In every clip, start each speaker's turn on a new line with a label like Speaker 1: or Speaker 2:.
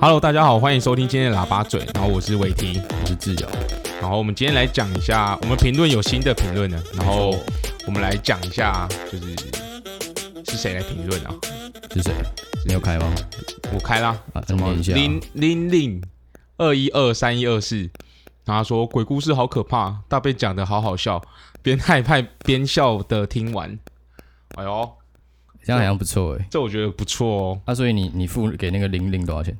Speaker 1: Hello，大家好，欢迎收听今天的喇叭嘴。然后我是伟霆，
Speaker 2: 我是自由，
Speaker 1: 然后我们今天来讲一下，我们评论有新的评论呢。然后我们来讲一下，就是是谁来评论啊？
Speaker 2: 是谁？你有开吗？
Speaker 1: 我开啦，
Speaker 2: 啊，怎么一下？
Speaker 1: 零零零二一二三一二四。然后他说鬼故事好可怕，大贝讲的好好笑，边害怕边笑的听完。哎呦，
Speaker 2: 这样好像不错哎。
Speaker 1: 这我觉得不错哦。
Speaker 2: 啊，所以你你付给那个玲玲多少钱？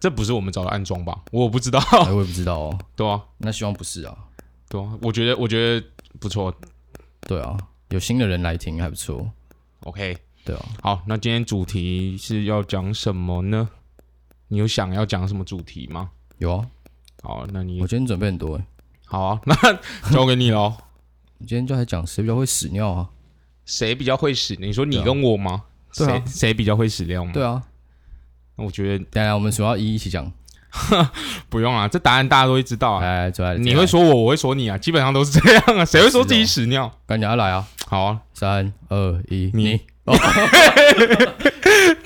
Speaker 1: 这不是我们找的暗装吧？我不知道。
Speaker 2: 哎我也不知道哦。
Speaker 1: 对啊，
Speaker 2: 那希望不是啊。
Speaker 1: 对啊，我觉得我觉得不错。
Speaker 2: 对啊，有新的人来听还不错。
Speaker 1: OK，
Speaker 2: 对啊，
Speaker 1: 好，那今天主题是要讲什么呢？你有想要讲什么主题吗？
Speaker 2: 有啊。
Speaker 1: 好，那你
Speaker 2: 我今天准备很多哎。
Speaker 1: 好啊， 那交给你喽。
Speaker 2: 我今天就来讲谁比较会屎尿啊？
Speaker 1: 谁比较会屎？你说你跟我吗？
Speaker 2: 对啊
Speaker 1: 谁谁比较会屎尿吗？
Speaker 2: 对啊，
Speaker 1: 那我觉得
Speaker 2: 等一下我们数到一一起讲。
Speaker 1: 不用啊，这答案大家都会知道啊。
Speaker 2: 来来，走来，
Speaker 1: 你会说我，我会说你啊，基本上都是这样啊。谁会说自己屎尿？
Speaker 2: 赶紧要来啊！
Speaker 1: 好啊，
Speaker 2: 三二一，
Speaker 1: 你
Speaker 2: 你哦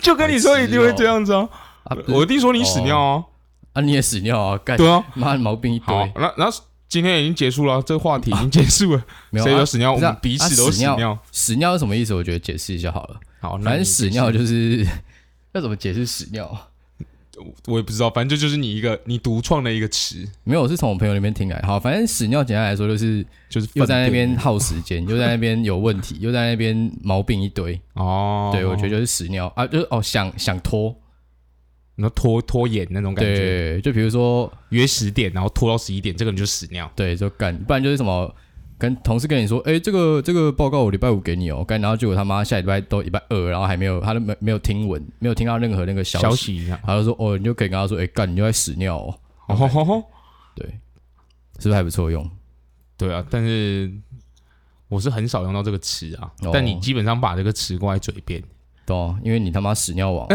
Speaker 1: 就跟你说一定会这样子啊。
Speaker 2: 啊，不是
Speaker 1: 我一定说你屎尿啊。
Speaker 2: 啊，你也屎尿啊？干
Speaker 1: 对啊，
Speaker 2: 妈的毛病一堆
Speaker 1: 好，，那那今天已经结束了，这个话题已经结束了。
Speaker 2: 没有
Speaker 1: 谁
Speaker 2: 啊
Speaker 1: 有屎尿？我
Speaker 2: 不是啊
Speaker 1: 们彼此都
Speaker 2: 啊
Speaker 1: 屎
Speaker 2: 屎尿
Speaker 1: 尿。
Speaker 2: 屎尿是什么意思？我觉得解释一下好了。
Speaker 1: 好，那
Speaker 2: 反正
Speaker 1: 你
Speaker 2: 屎尿就是 要怎么解释屎尿？
Speaker 1: 我也不知道，反正这就是你一个你独创的一个词，
Speaker 2: 没有，我是从我朋友那边听来。好，反正屎尿简单来说就是
Speaker 1: 就是
Speaker 2: 又在那
Speaker 1: 粪便
Speaker 2: 边耗时 间，又在那边有问题，又在那边毛病一堆。
Speaker 1: 哦。
Speaker 2: 对，我觉得
Speaker 1: 得
Speaker 2: 就是屎尿啊，就是哦想想拖，
Speaker 1: 你说拖拖延那种感觉，
Speaker 2: 对，就比如说
Speaker 1: 约十点，然后拖到十一点，这个人就屎尿。
Speaker 2: 对，就干，不然就是什么。跟同事跟你说，哎、这个这个报告我礼拜五给你哦，干，然后结果他妈下礼拜都礼拜二，然后还没有，他都没没有听闻，没有听到任何那个消息，
Speaker 1: 消息一下，
Speaker 2: 他就说，哦，你就可以跟他说，哎、干，你就在屎尿哦，
Speaker 1: 哦，
Speaker 2: 对，是不是还不错用？
Speaker 1: 对啊，但是我是很少用到这个词啊
Speaker 2: 哦，
Speaker 1: 但你基本上把这个词挂在嘴边。
Speaker 2: 对啊，因为你他妈屎尿王，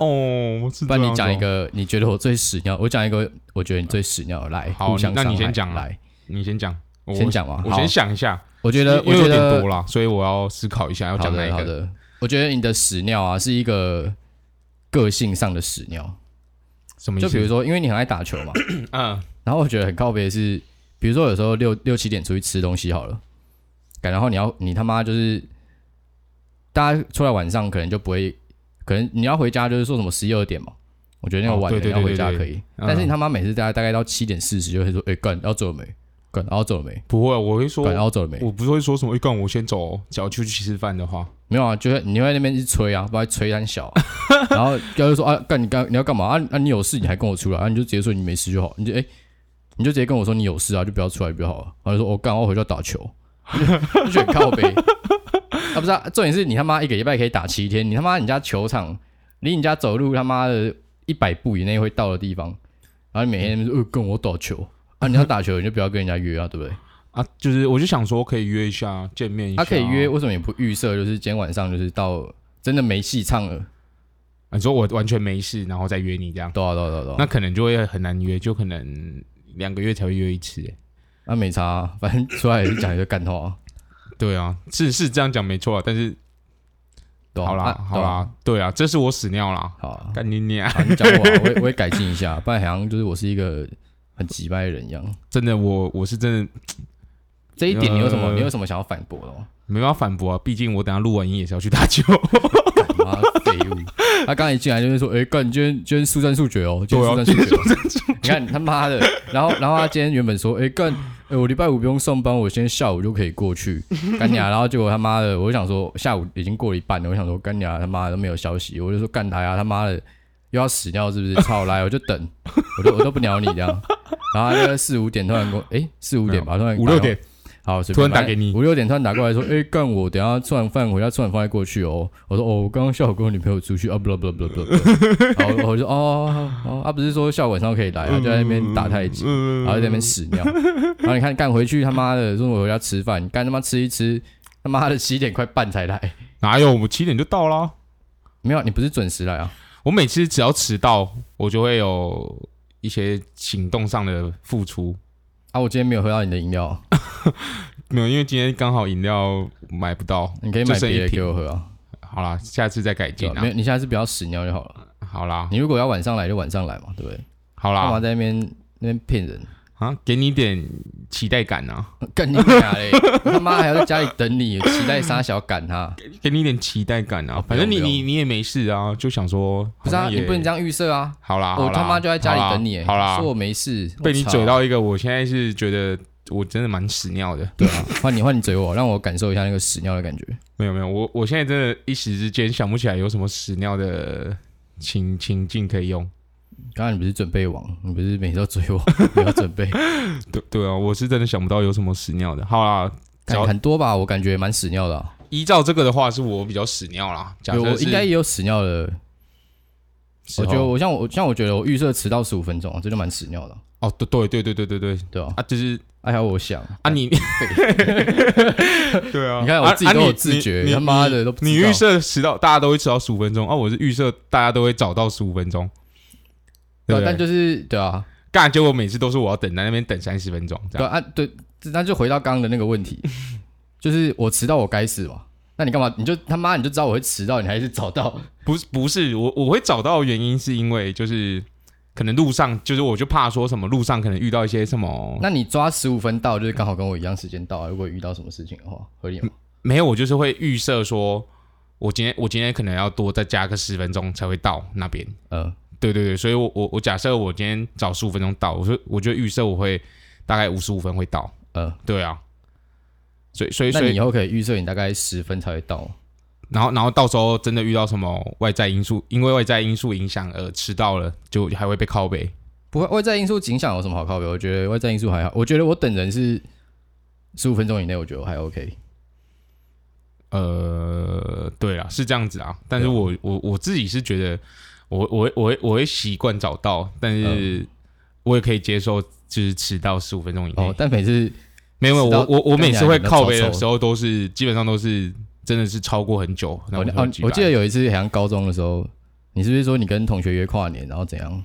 Speaker 1: 哦，是
Speaker 2: 不
Speaker 1: 这
Speaker 2: 然
Speaker 1: 样
Speaker 2: 你
Speaker 1: 子
Speaker 2: 讲一
Speaker 1: 哦，
Speaker 2: 个你觉得我最屎尿，我讲一个我觉得你最屎尿的来，
Speaker 1: 好
Speaker 2: 互相
Speaker 1: 那你
Speaker 2: 伤害
Speaker 1: 先讲啊
Speaker 2: 来，
Speaker 1: 你先讲，我
Speaker 2: 先，讲嘛。
Speaker 1: 我
Speaker 2: 好
Speaker 1: 先，想一下，
Speaker 2: 我觉得
Speaker 1: 因
Speaker 2: 我
Speaker 1: 为有
Speaker 2: 觉
Speaker 1: 点
Speaker 2: 得
Speaker 1: 多啦，所以我要思考一下要
Speaker 2: 好
Speaker 1: 讲哪
Speaker 2: 的
Speaker 1: 一
Speaker 2: 好
Speaker 1: 个。
Speaker 2: 的，我觉得你的屎尿啊是一个个性上的屎尿，
Speaker 1: 什么意
Speaker 2: 就
Speaker 1: 思？
Speaker 2: 比如说因为你很爱打 球嘛，
Speaker 1: 嗯，
Speaker 2: 然后我觉得很靠别的是，比如说有时候六六七点出去吃东西好了，干然后你要你他妈就是，大家出来晚上可能就不会，可能你要回家就是说什么十一二点嘛，我觉得那个
Speaker 1: 哦
Speaker 2: 晚
Speaker 1: 对
Speaker 2: 的
Speaker 1: 对
Speaker 2: 要
Speaker 1: 对
Speaker 2: 回家
Speaker 1: 对
Speaker 2: 可
Speaker 1: 对
Speaker 2: 以，
Speaker 1: 嗯
Speaker 2: 但是你他妈每次大概大概到七点四十就会说，哎、干要走了没？干然后走了没？
Speaker 1: 不会，啊我会说
Speaker 2: 干，然后走了没？
Speaker 1: 我不是会说什么，一干我先走哦，只要出去吃饭的话，
Speaker 2: 没有啊，就是你会在那边一直吹啊，不然吹很小、啊，然后要就说啊，干你干你要干嘛啊？啊你有事你还跟我出来啊？你就直接说你没事就好，你就哎、你就直接跟我说你有事啊，就不要出来就好了。然后就说我、哦干，我回去要打球，就就很靠背。啊不是啊，重点是你他妈一个礼拜可以打七天，你他妈你家球场离你家走路他妈的一百步以内会到的地方，然后你每天在那边说呃跟我打球啊，你要打球你就不要跟人家约啊，对不对？
Speaker 1: 啊，就是我就想说可以约一下见面一下，哦
Speaker 2: 他、啊可以约，。为什么也不预设？就是今天晚上就是到真的没戏唱了。
Speaker 1: 啊你说我完全没事，然后再约你这样，
Speaker 2: 对啊，对啊，对啊对啊。
Speaker 1: 那可能就会很难约，就可能两个月才会约一次。欸
Speaker 2: 那、没差、啊，反正出来也是讲一堆干话、啊，
Speaker 1: 对啊，是是这样讲没错啊，但是
Speaker 2: 对啊
Speaker 1: 好啦、
Speaker 2: 啊
Speaker 1: 好
Speaker 2: 对
Speaker 1: 啦
Speaker 2: 啊，
Speaker 1: 对啊，这是我屎尿啦，
Speaker 2: 好啊，
Speaker 1: 干你娘！
Speaker 2: 好你讲我、啊，我也我也改进一下，不然好像就是我是一个很急掰的人一样。
Speaker 1: 真的我我是真的
Speaker 2: 这一点你有什么？
Speaker 1: 呃
Speaker 2: 你有什么想要反驳的吗？
Speaker 1: 没办法反驳啊，毕竟我等下录完音也是要去打球。
Speaker 2: 干妈废物！他刚才一进来就是说，哎、干，你今天今天速战速决哦，今天速战速决、哦。你看他妈的，然后然后他今天原本说，哎、干，哎、我礼拜五不用上班，我今天下午就可以过去，干你啊！然后结果他妈的，我就想说下午已经过了一半了，我想说干你啊，他妈的都没有消息，我就说干他呀，他妈的又要死掉是不是？操，来我就等，我就我都不鸟你这样。然后他就在四五点突然给我，哎、四五点吧，突然
Speaker 1: 五六点，
Speaker 2: 好，随便
Speaker 1: 突然打给你
Speaker 2: 反正五六点突然打过来说，哎、干我，等一下吃完饭回家吃完饭再过去哦。我说哦，我刚刚下午跟我女朋友出去啊，不啦不啦不啦不啦。 然后我就哦哦，他、啊、不是说下午晚上可以
Speaker 1: 嗯
Speaker 2: 来啊，就在那边打太极，然后在那边屎尿。然后你看干回去他妈的，说我回家吃饭，干他妈吃一吃，他妈的七点快半才来，
Speaker 1: 哪有？我们七点就到啦。
Speaker 2: 没有，你不是准时来啊？
Speaker 1: 我每次只要迟到，我就会有一些行动上的付出。
Speaker 2: 啊，我今天没有喝到你的饮料，啊
Speaker 1: 没有，因为今天刚好饮料买不到。
Speaker 2: 你可以买
Speaker 1: 就剩一
Speaker 2: 别的
Speaker 1: 瓶
Speaker 2: 给我喝啊。
Speaker 1: 好啦，下次再改进
Speaker 2: 对啊
Speaker 1: 啊
Speaker 2: 没。有，你下次不要屎尿就好了。
Speaker 1: 好啦，
Speaker 2: 你如果要晚上来就晚上来嘛，对不对？
Speaker 1: 好
Speaker 2: 干嘛
Speaker 1: 啦，
Speaker 2: 在那边那边骗人？
Speaker 1: 啊，给你一点期待感啊，
Speaker 2: 干你娘嘞！ 我他妈还要在家里等你，期待杀小赶他，
Speaker 1: 给你一点期待感啊。
Speaker 2: 哦
Speaker 1: 反正你
Speaker 2: 不用
Speaker 1: 你你也没事啊，就想说，
Speaker 2: 不是啊？
Speaker 1: 好像也
Speaker 2: 你不能这样预设啊！
Speaker 1: 好啦，
Speaker 2: 我
Speaker 1: 好啦
Speaker 2: 他妈就在家里等你，哎
Speaker 1: 好啦，好
Speaker 2: 说
Speaker 1: 啦
Speaker 2: 我没事，
Speaker 1: 被你
Speaker 2: 我操
Speaker 1: 嘴，到一个，我现在是觉得我真的蛮屎尿的。
Speaker 2: 对啊，换你换你嘴我，让我感受一下那个屎尿的感觉。
Speaker 1: 没有没有，我我现在真的一时之间想不起来有什么屎尿的情情境可以用。
Speaker 2: 刚刚你不是准备王，你不是每次 都追我，你要准备？
Speaker 1: 对对啊，我是真的想不到有什么屎尿的。好啦，只
Speaker 2: 干
Speaker 1: 要
Speaker 2: 很多吧，我感觉蛮屎尿的啊、
Speaker 1: 依照这个的话，是我比较屎尿啦。假
Speaker 2: 有我
Speaker 1: 设
Speaker 2: 应该也
Speaker 1: 是
Speaker 2: 有屎尿的。
Speaker 1: 时
Speaker 2: 我
Speaker 1: 候，
Speaker 2: 觉得我像我像我觉得我预设迟到十五分钟，这就蛮屎尿的，
Speaker 1: 哦，对对对对对对对
Speaker 2: 对吧、啊？
Speaker 1: 啊，就是
Speaker 2: 还好我想，
Speaker 1: 啊你， 对啊，
Speaker 2: 你看我自己
Speaker 1: 啊
Speaker 2: 都
Speaker 1: 啊
Speaker 2: 有
Speaker 1: 你
Speaker 2: 自觉
Speaker 1: 你
Speaker 2: 他妈的都不知道
Speaker 1: 你预设迟到，大家都会迟到十五分钟啊，我是预设大家都会早到十五分钟，对
Speaker 2: 对啊
Speaker 1: 不对？
Speaker 2: 但就是对啊，
Speaker 1: 干，结果每次都是我要等在那边等三十分钟这
Speaker 2: 对
Speaker 1: 样。
Speaker 2: 啊啊，对，那就回到刚刚的那个 问题，就是我迟到我该死嘛？那你干嘛？你就他妈你就知道我会迟到，你还是早 到？
Speaker 1: 不是不是，我我会找到原因是因为就是可能路上就是我就怕说什么路上可能遇到一些什么，
Speaker 2: 那你抓十五分到，就是刚好跟我一样时间到啊。如果遇到什么事情的话，合理吗？
Speaker 1: 没有我就是会预设说，我今天我今天可能要多再加个十分钟才会到那边。
Speaker 2: 嗯，
Speaker 1: 对对对，所以我我我假设我今天早十五分钟到，我说我就预设我会大概五十五分会到。
Speaker 2: 嗯，
Speaker 1: 对啊，所以所以
Speaker 2: 那
Speaker 1: 所
Speaker 2: 你
Speaker 1: 以
Speaker 2: 以后可以预设你大概十分才会到。
Speaker 1: 然后然后到时候真的遇到什么外在因素，因为外在因素影响而迟到了，就还会被拷贝。
Speaker 2: 不会，外在因素影响有什么好靠背？我觉得外在因素还好。我觉得我等人是十五分钟以内，我觉得我还 OK。
Speaker 1: 呃，对啦，是这样子啊。但是
Speaker 2: 对啊
Speaker 1: 我我我自己是觉得我，我会我会我会习惯早到，但
Speaker 2: 嗯
Speaker 1: 是我也可以接受，就是迟到十五分钟以内。
Speaker 2: 哦，但每次
Speaker 1: 没有，没有
Speaker 2: 迟到
Speaker 1: 我我我
Speaker 2: 跟
Speaker 1: 每
Speaker 2: 你
Speaker 1: 次
Speaker 2: 还
Speaker 1: 会
Speaker 2: 能
Speaker 1: 靠
Speaker 2: 早
Speaker 1: 背的
Speaker 2: 走
Speaker 1: 时候都是基本上都是真的是超过很久。然
Speaker 2: 我
Speaker 1: 后
Speaker 2: 哦
Speaker 1: 就，
Speaker 2: 我记得
Speaker 1: 有
Speaker 2: 有一次好像高中的时候，你是不是说你跟同学约跨年，然后怎样？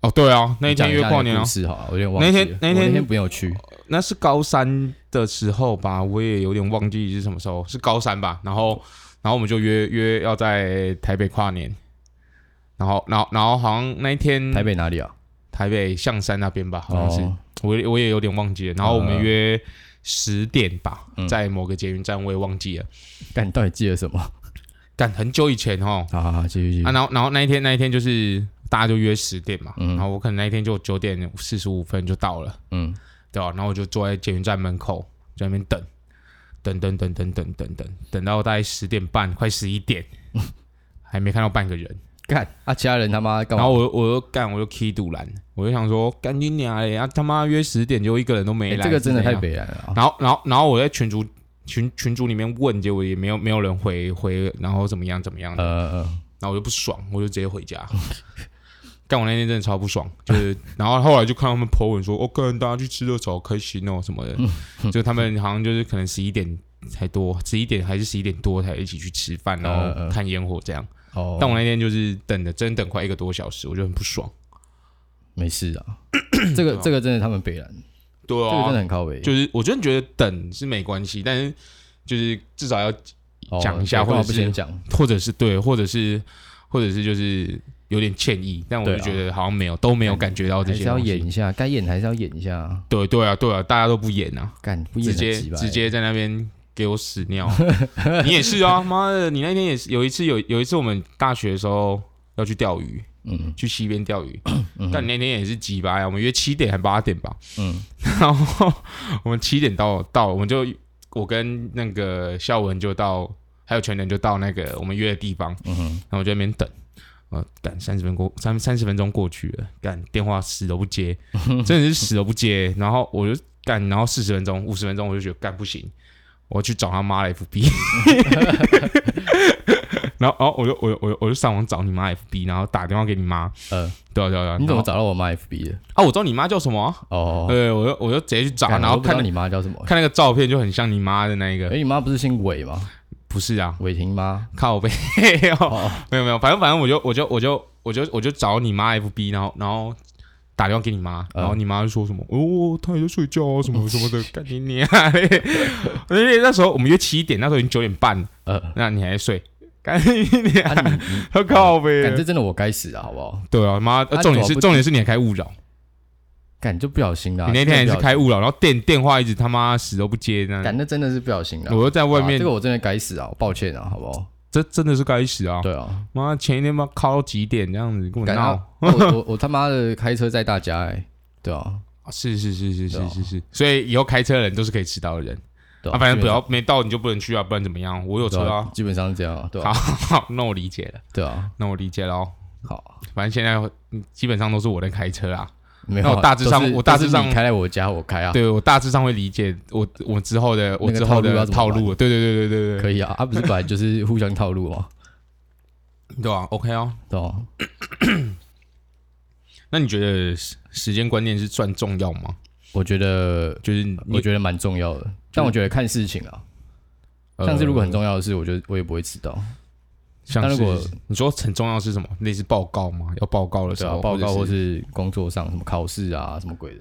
Speaker 1: 哦，对啊，那一
Speaker 2: 你讲
Speaker 1: 天
Speaker 2: 一
Speaker 1: 约
Speaker 2: 下
Speaker 1: 跨
Speaker 2: 那
Speaker 1: 年
Speaker 2: 个
Speaker 1: 啊
Speaker 2: 故，事好了，我有点忘记了。
Speaker 1: 那天那
Speaker 2: 我
Speaker 1: 天
Speaker 2: 那天不有去，
Speaker 1: 那是高三的时候吧，我也有点忘记是什么时候，是高三吧。然后，然后我们就约约要在台北跨年，然后，然后，然后好像那一天
Speaker 2: 台北哪里啊？
Speaker 1: 台北象山那边吧，好像是，
Speaker 2: 哦，
Speaker 1: 我也我也有点忘记了。然后我们
Speaker 2: 呃
Speaker 1: 约十点吧，
Speaker 2: 嗯
Speaker 1: 在某个捷运站，我也忘记了，
Speaker 2: 干，你到底记得什么？
Speaker 1: 但很久以前哦。
Speaker 2: 好好好，继续继续
Speaker 1: 啊，。然后然后那一天那一天就是大家就约十点嘛，
Speaker 2: 嗯
Speaker 1: 然后我可能那一天就九点四十五分就到了，
Speaker 2: 嗯，
Speaker 1: 对吧、然后我就坐在捷运站门口，在那边等，等等等等等等等，等到大概十点半，快十一 点，还没看到半个人。
Speaker 2: 干啊，其他人他妈干
Speaker 1: 然
Speaker 2: 嘛
Speaker 1: 后？我我又干，我又 key 堵拦，我就想说，干你娘嘞！啊他妈约十点就一个人都没
Speaker 2: 哎
Speaker 1: 来，
Speaker 2: 这个真的
Speaker 1: 是怎
Speaker 2: 太
Speaker 1: 样
Speaker 2: 北然了啊。
Speaker 1: 然后，然后，然后我在群主群群主里面问，结果也没有没有人回回，然后怎么样怎么样的，
Speaker 2: 呃，呃
Speaker 1: 然后我就不爽，我就直接回家。 干我那天真的超不爽，就是，然后后来就看他们 po 文说，哦，跟大家去吃热炒，好开心哦什么
Speaker 2: 嗯
Speaker 1: 的，就他们好像就是可能十一点才多，十一点还是十一点多才一起去吃饭，然
Speaker 2: 呃
Speaker 1: 后
Speaker 2: 呃
Speaker 1: 看烟火这样。
Speaker 2: 哦，
Speaker 1: 但我那天就是等的，真的等快一个多小时，我就很不爽。
Speaker 2: 没事 啊。这个这个真的他们北然，
Speaker 1: 对
Speaker 2: 这个真的
Speaker 1: 啊，
Speaker 2: 很靠北。
Speaker 1: 就是我真的觉得等是没关系，但是就是至少要
Speaker 2: 哦
Speaker 1: 讲一下
Speaker 2: 对干嘛
Speaker 1: 或者
Speaker 2: 不
Speaker 1: 是
Speaker 2: 先讲？
Speaker 1: 或者是对，或者是或者是就是有点歉意，但我
Speaker 2: 对
Speaker 1: 就
Speaker 2: 啊
Speaker 1: 觉得好像没有都没有感觉到这
Speaker 2: 还
Speaker 1: 些
Speaker 2: 是要
Speaker 1: 东西
Speaker 2: 演一下，该演还是要演一下啊。
Speaker 1: 对对啊对啊，大家都不演啊，
Speaker 2: 干不演
Speaker 1: 直
Speaker 2: 很
Speaker 1: 接
Speaker 2: 急吧哎
Speaker 1: 直接在那边给我屎 尿。啊你也是啊，妈的，你那天也是有一次有有一次我们大学的时候要去钓鱼，
Speaker 2: 嗯
Speaker 1: 去溪边钓鱼，
Speaker 2: 嗯
Speaker 1: 但你那天也是鸡巴呀，我们约七点还八点吧，
Speaker 2: 嗯
Speaker 1: 然后我们七点到到，我们就我跟那个孝文就到，还有全人就到那个我们约的地方，
Speaker 2: 嗯哼
Speaker 1: 然后我就在那边等，呃，赶三十分过三三十分钟过去了，干电话死都不接， 真的是死都不接。然后我就干，然后四十分钟、五十分钟，我就觉得干不行，我去找他妈的 FB。然后，然后我就我就我就我就上网找你妈 FB，然后打电话给你妈，
Speaker 2: 呃，
Speaker 1: 对啊对啊对啊，
Speaker 2: 你怎
Speaker 1: 然后
Speaker 2: 么找到我妈 FB 的？
Speaker 1: 啊？我知道你妈叫什么啊、
Speaker 2: 哦，
Speaker 1: 对，我就我就直接去找，
Speaker 2: 干
Speaker 1: 然后
Speaker 2: 我都不
Speaker 1: 看
Speaker 2: 知道
Speaker 1: 那
Speaker 2: 你妈叫什么？
Speaker 1: 看那个照片就很像你妈的那一
Speaker 2: 哎，
Speaker 1: 个，
Speaker 2: 你妈不是姓韦吗？
Speaker 1: 不是啊，
Speaker 2: 韦婷妈。
Speaker 1: 靠背、哦，
Speaker 2: 哦，
Speaker 1: 没有没有，反正反正我就我就我就我就我就找你妈 FB，然后然后打电话给你妈，
Speaker 2: 嗯
Speaker 1: 然后你妈就说什么、哦，她也在睡觉啊，什 么什么的，干你 娘嘞！而且那时候我们约七点，那时候已经九点半，
Speaker 2: 呃，
Speaker 1: 那你还在睡，干你
Speaker 2: 啊
Speaker 1: 娘，
Speaker 2: 你你
Speaker 1: 喝靠呗
Speaker 2: 干，。这真的我该死啊，好不好？
Speaker 1: 对啊，妈，呃
Speaker 2: 啊
Speaker 1: 重点
Speaker 2: 你怎么
Speaker 1: 是
Speaker 2: 不
Speaker 1: 重点是你还开勿扰，
Speaker 2: 干你就不小心的啊、
Speaker 1: 你那天也
Speaker 2: 真的
Speaker 1: 是
Speaker 2: 不小
Speaker 1: 开
Speaker 2: 心，
Speaker 1: 勿扰，然后电电话一直他妈死都不接，那
Speaker 2: 干那真的是不小心的啊、
Speaker 1: 我又在外
Speaker 2: 啊
Speaker 1: 面哦
Speaker 2: 这，个我真的该死啊，抱歉啊，好不好？
Speaker 1: 这真的是该死啊！
Speaker 2: 对啊，
Speaker 1: 妈，前一天妈靠到几点这样子跟我
Speaker 2: 感
Speaker 1: 闹
Speaker 2: 到，我我我他妈的开车载大家哎、对啊，
Speaker 1: 啊是是是是
Speaker 2: 对
Speaker 1: 是
Speaker 2: 啊
Speaker 1: 是是，所以以后开车的人都是可以迟到的人
Speaker 2: 对啊
Speaker 1: 啊，反正
Speaker 2: 基
Speaker 1: 不
Speaker 2: 本上
Speaker 1: 要没到你就不能去啊，不然怎么样？我有车
Speaker 2: 对
Speaker 1: 啊。
Speaker 2: 基本上是这样啊，对
Speaker 1: 好
Speaker 2: 啊，
Speaker 1: 好， 那我理解了，
Speaker 2: 对啊，
Speaker 1: 那我理解了哦。
Speaker 2: 好，
Speaker 1: 反正现在嗯基本上都是我在开车啊，
Speaker 2: 没
Speaker 1: 那
Speaker 2: 有
Speaker 1: 我
Speaker 2: 啊，
Speaker 1: 大致
Speaker 2: 都
Speaker 1: 上
Speaker 2: 是
Speaker 1: 我大
Speaker 2: 都是
Speaker 1: 致上
Speaker 2: 你开来我家，我开啊，
Speaker 1: 对我大致上会理解我我之后的我
Speaker 2: 那个
Speaker 1: 之后的
Speaker 2: 套路要怎么
Speaker 1: 套路了，对对对对对
Speaker 2: 可以啊，啊不是本来就是互相套路嘛，
Speaker 1: 对，对啊，OK 哦。
Speaker 2: 对啊，
Speaker 1: 那你觉得时时间观念是算重要吗？
Speaker 2: 我觉得
Speaker 1: 就是你
Speaker 2: 我觉得蛮重要的，但我觉得看事情啊，像是如果很重要的事，我觉得我也不会迟到，
Speaker 1: 呃像
Speaker 2: 那如果
Speaker 1: 是你说很重要是什么？类似报告吗？要报告的时
Speaker 2: 对啊
Speaker 1: 候，，
Speaker 2: 报告
Speaker 1: 或
Speaker 2: 或
Speaker 1: 者是
Speaker 2: 是工作上什么考试啊什么鬼的，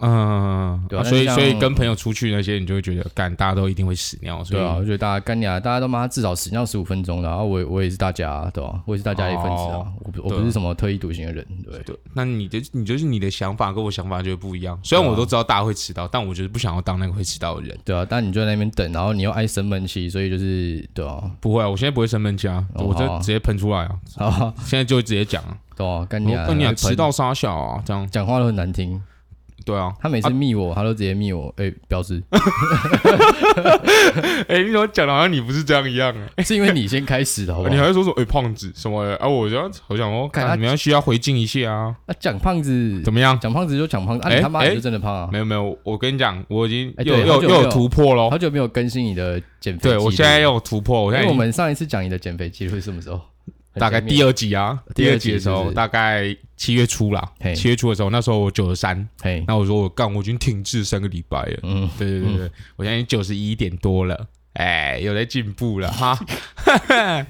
Speaker 1: 嗯，
Speaker 2: 对
Speaker 1: 啊
Speaker 2: 啊
Speaker 1: 所以
Speaker 2: 那像
Speaker 1: 所以跟朋友出去那些，你就会觉得干，大家都一定会屎尿，所以
Speaker 2: 对啊，我觉得大家干你啊，大家都妈至少屎尿十五分钟的啊，然后我也我也是大家、啊，对吧、我也是大家的一份子啊，
Speaker 1: 哦
Speaker 2: 我不我
Speaker 1: 对啊
Speaker 2: 不是什么特立独行的人，对，
Speaker 1: 对，那你的你就是你的想法跟我想法就会不一样。虽然我都知道大家会迟到，但我就是不想要当那个会迟到的人。
Speaker 2: 对啊，但你就在那边等，然后你又爱生闷气，所以就是对啊，
Speaker 1: 不会啊，我现在不会生闷气啊，
Speaker 2: 哦
Speaker 1: 我就
Speaker 2: 好啊
Speaker 1: 直接喷出来啊，
Speaker 2: 啊，
Speaker 1: 现在就直接讲啊，
Speaker 2: 对啊，干
Speaker 1: 我
Speaker 2: 你啊，
Speaker 1: 跟你
Speaker 2: 还
Speaker 1: 讲，
Speaker 2: 会
Speaker 1: 迟
Speaker 2: 喷，
Speaker 1: 到傻小啊，这样
Speaker 2: 讲话都很难听，
Speaker 1: 对啊。
Speaker 2: 他每次密我，他都直接密我，哎、表 示
Speaker 1: 哎，你怎么讲的好像你不是这样一样啊？
Speaker 2: 是因 为你先开始的，好不
Speaker 1: 你
Speaker 2: 好？
Speaker 1: 还会说说哎胖子什么的啊？我就好想哦，
Speaker 2: 看他
Speaker 1: 看你们需要回敬一下啊，
Speaker 2: 啊，讲胖子，
Speaker 1: 怎么样？
Speaker 2: 讲胖子就讲胖子，啊，你
Speaker 1: 哎
Speaker 2: 他妈
Speaker 1: 哎
Speaker 2: 也就真的胖啊，
Speaker 1: 没有没有，我跟你讲，我已经
Speaker 2: 哎
Speaker 1: 又
Speaker 2: 对
Speaker 1: 又
Speaker 2: 好
Speaker 1: 又
Speaker 2: 久没
Speaker 1: 有
Speaker 2: 有
Speaker 1: 突破喽
Speaker 2: 好。久没有更新你的减肥记
Speaker 1: 对
Speaker 2: 录，
Speaker 1: 我现在又有突破，我现在
Speaker 2: 因为
Speaker 1: 已
Speaker 2: 我
Speaker 1: 经
Speaker 2: 们上一次讲你的减肥记录是什么时候？
Speaker 1: 大概第
Speaker 2: 二，
Speaker 1: 二集啊，
Speaker 2: 第
Speaker 1: 第
Speaker 2: 二
Speaker 1: 二集的时
Speaker 2: 集是不
Speaker 1: 候
Speaker 2: 是
Speaker 1: 大概七月初啦，
Speaker 2: 嘿嗯
Speaker 1: 七月初的时候，那时候我九十三，
Speaker 2: 嘿，
Speaker 1: 那我说我干，我已经停滞三个礼拜了。
Speaker 2: 嗯，
Speaker 1: 对对对对，我现在九十一点多了，哎，有在进步了哈。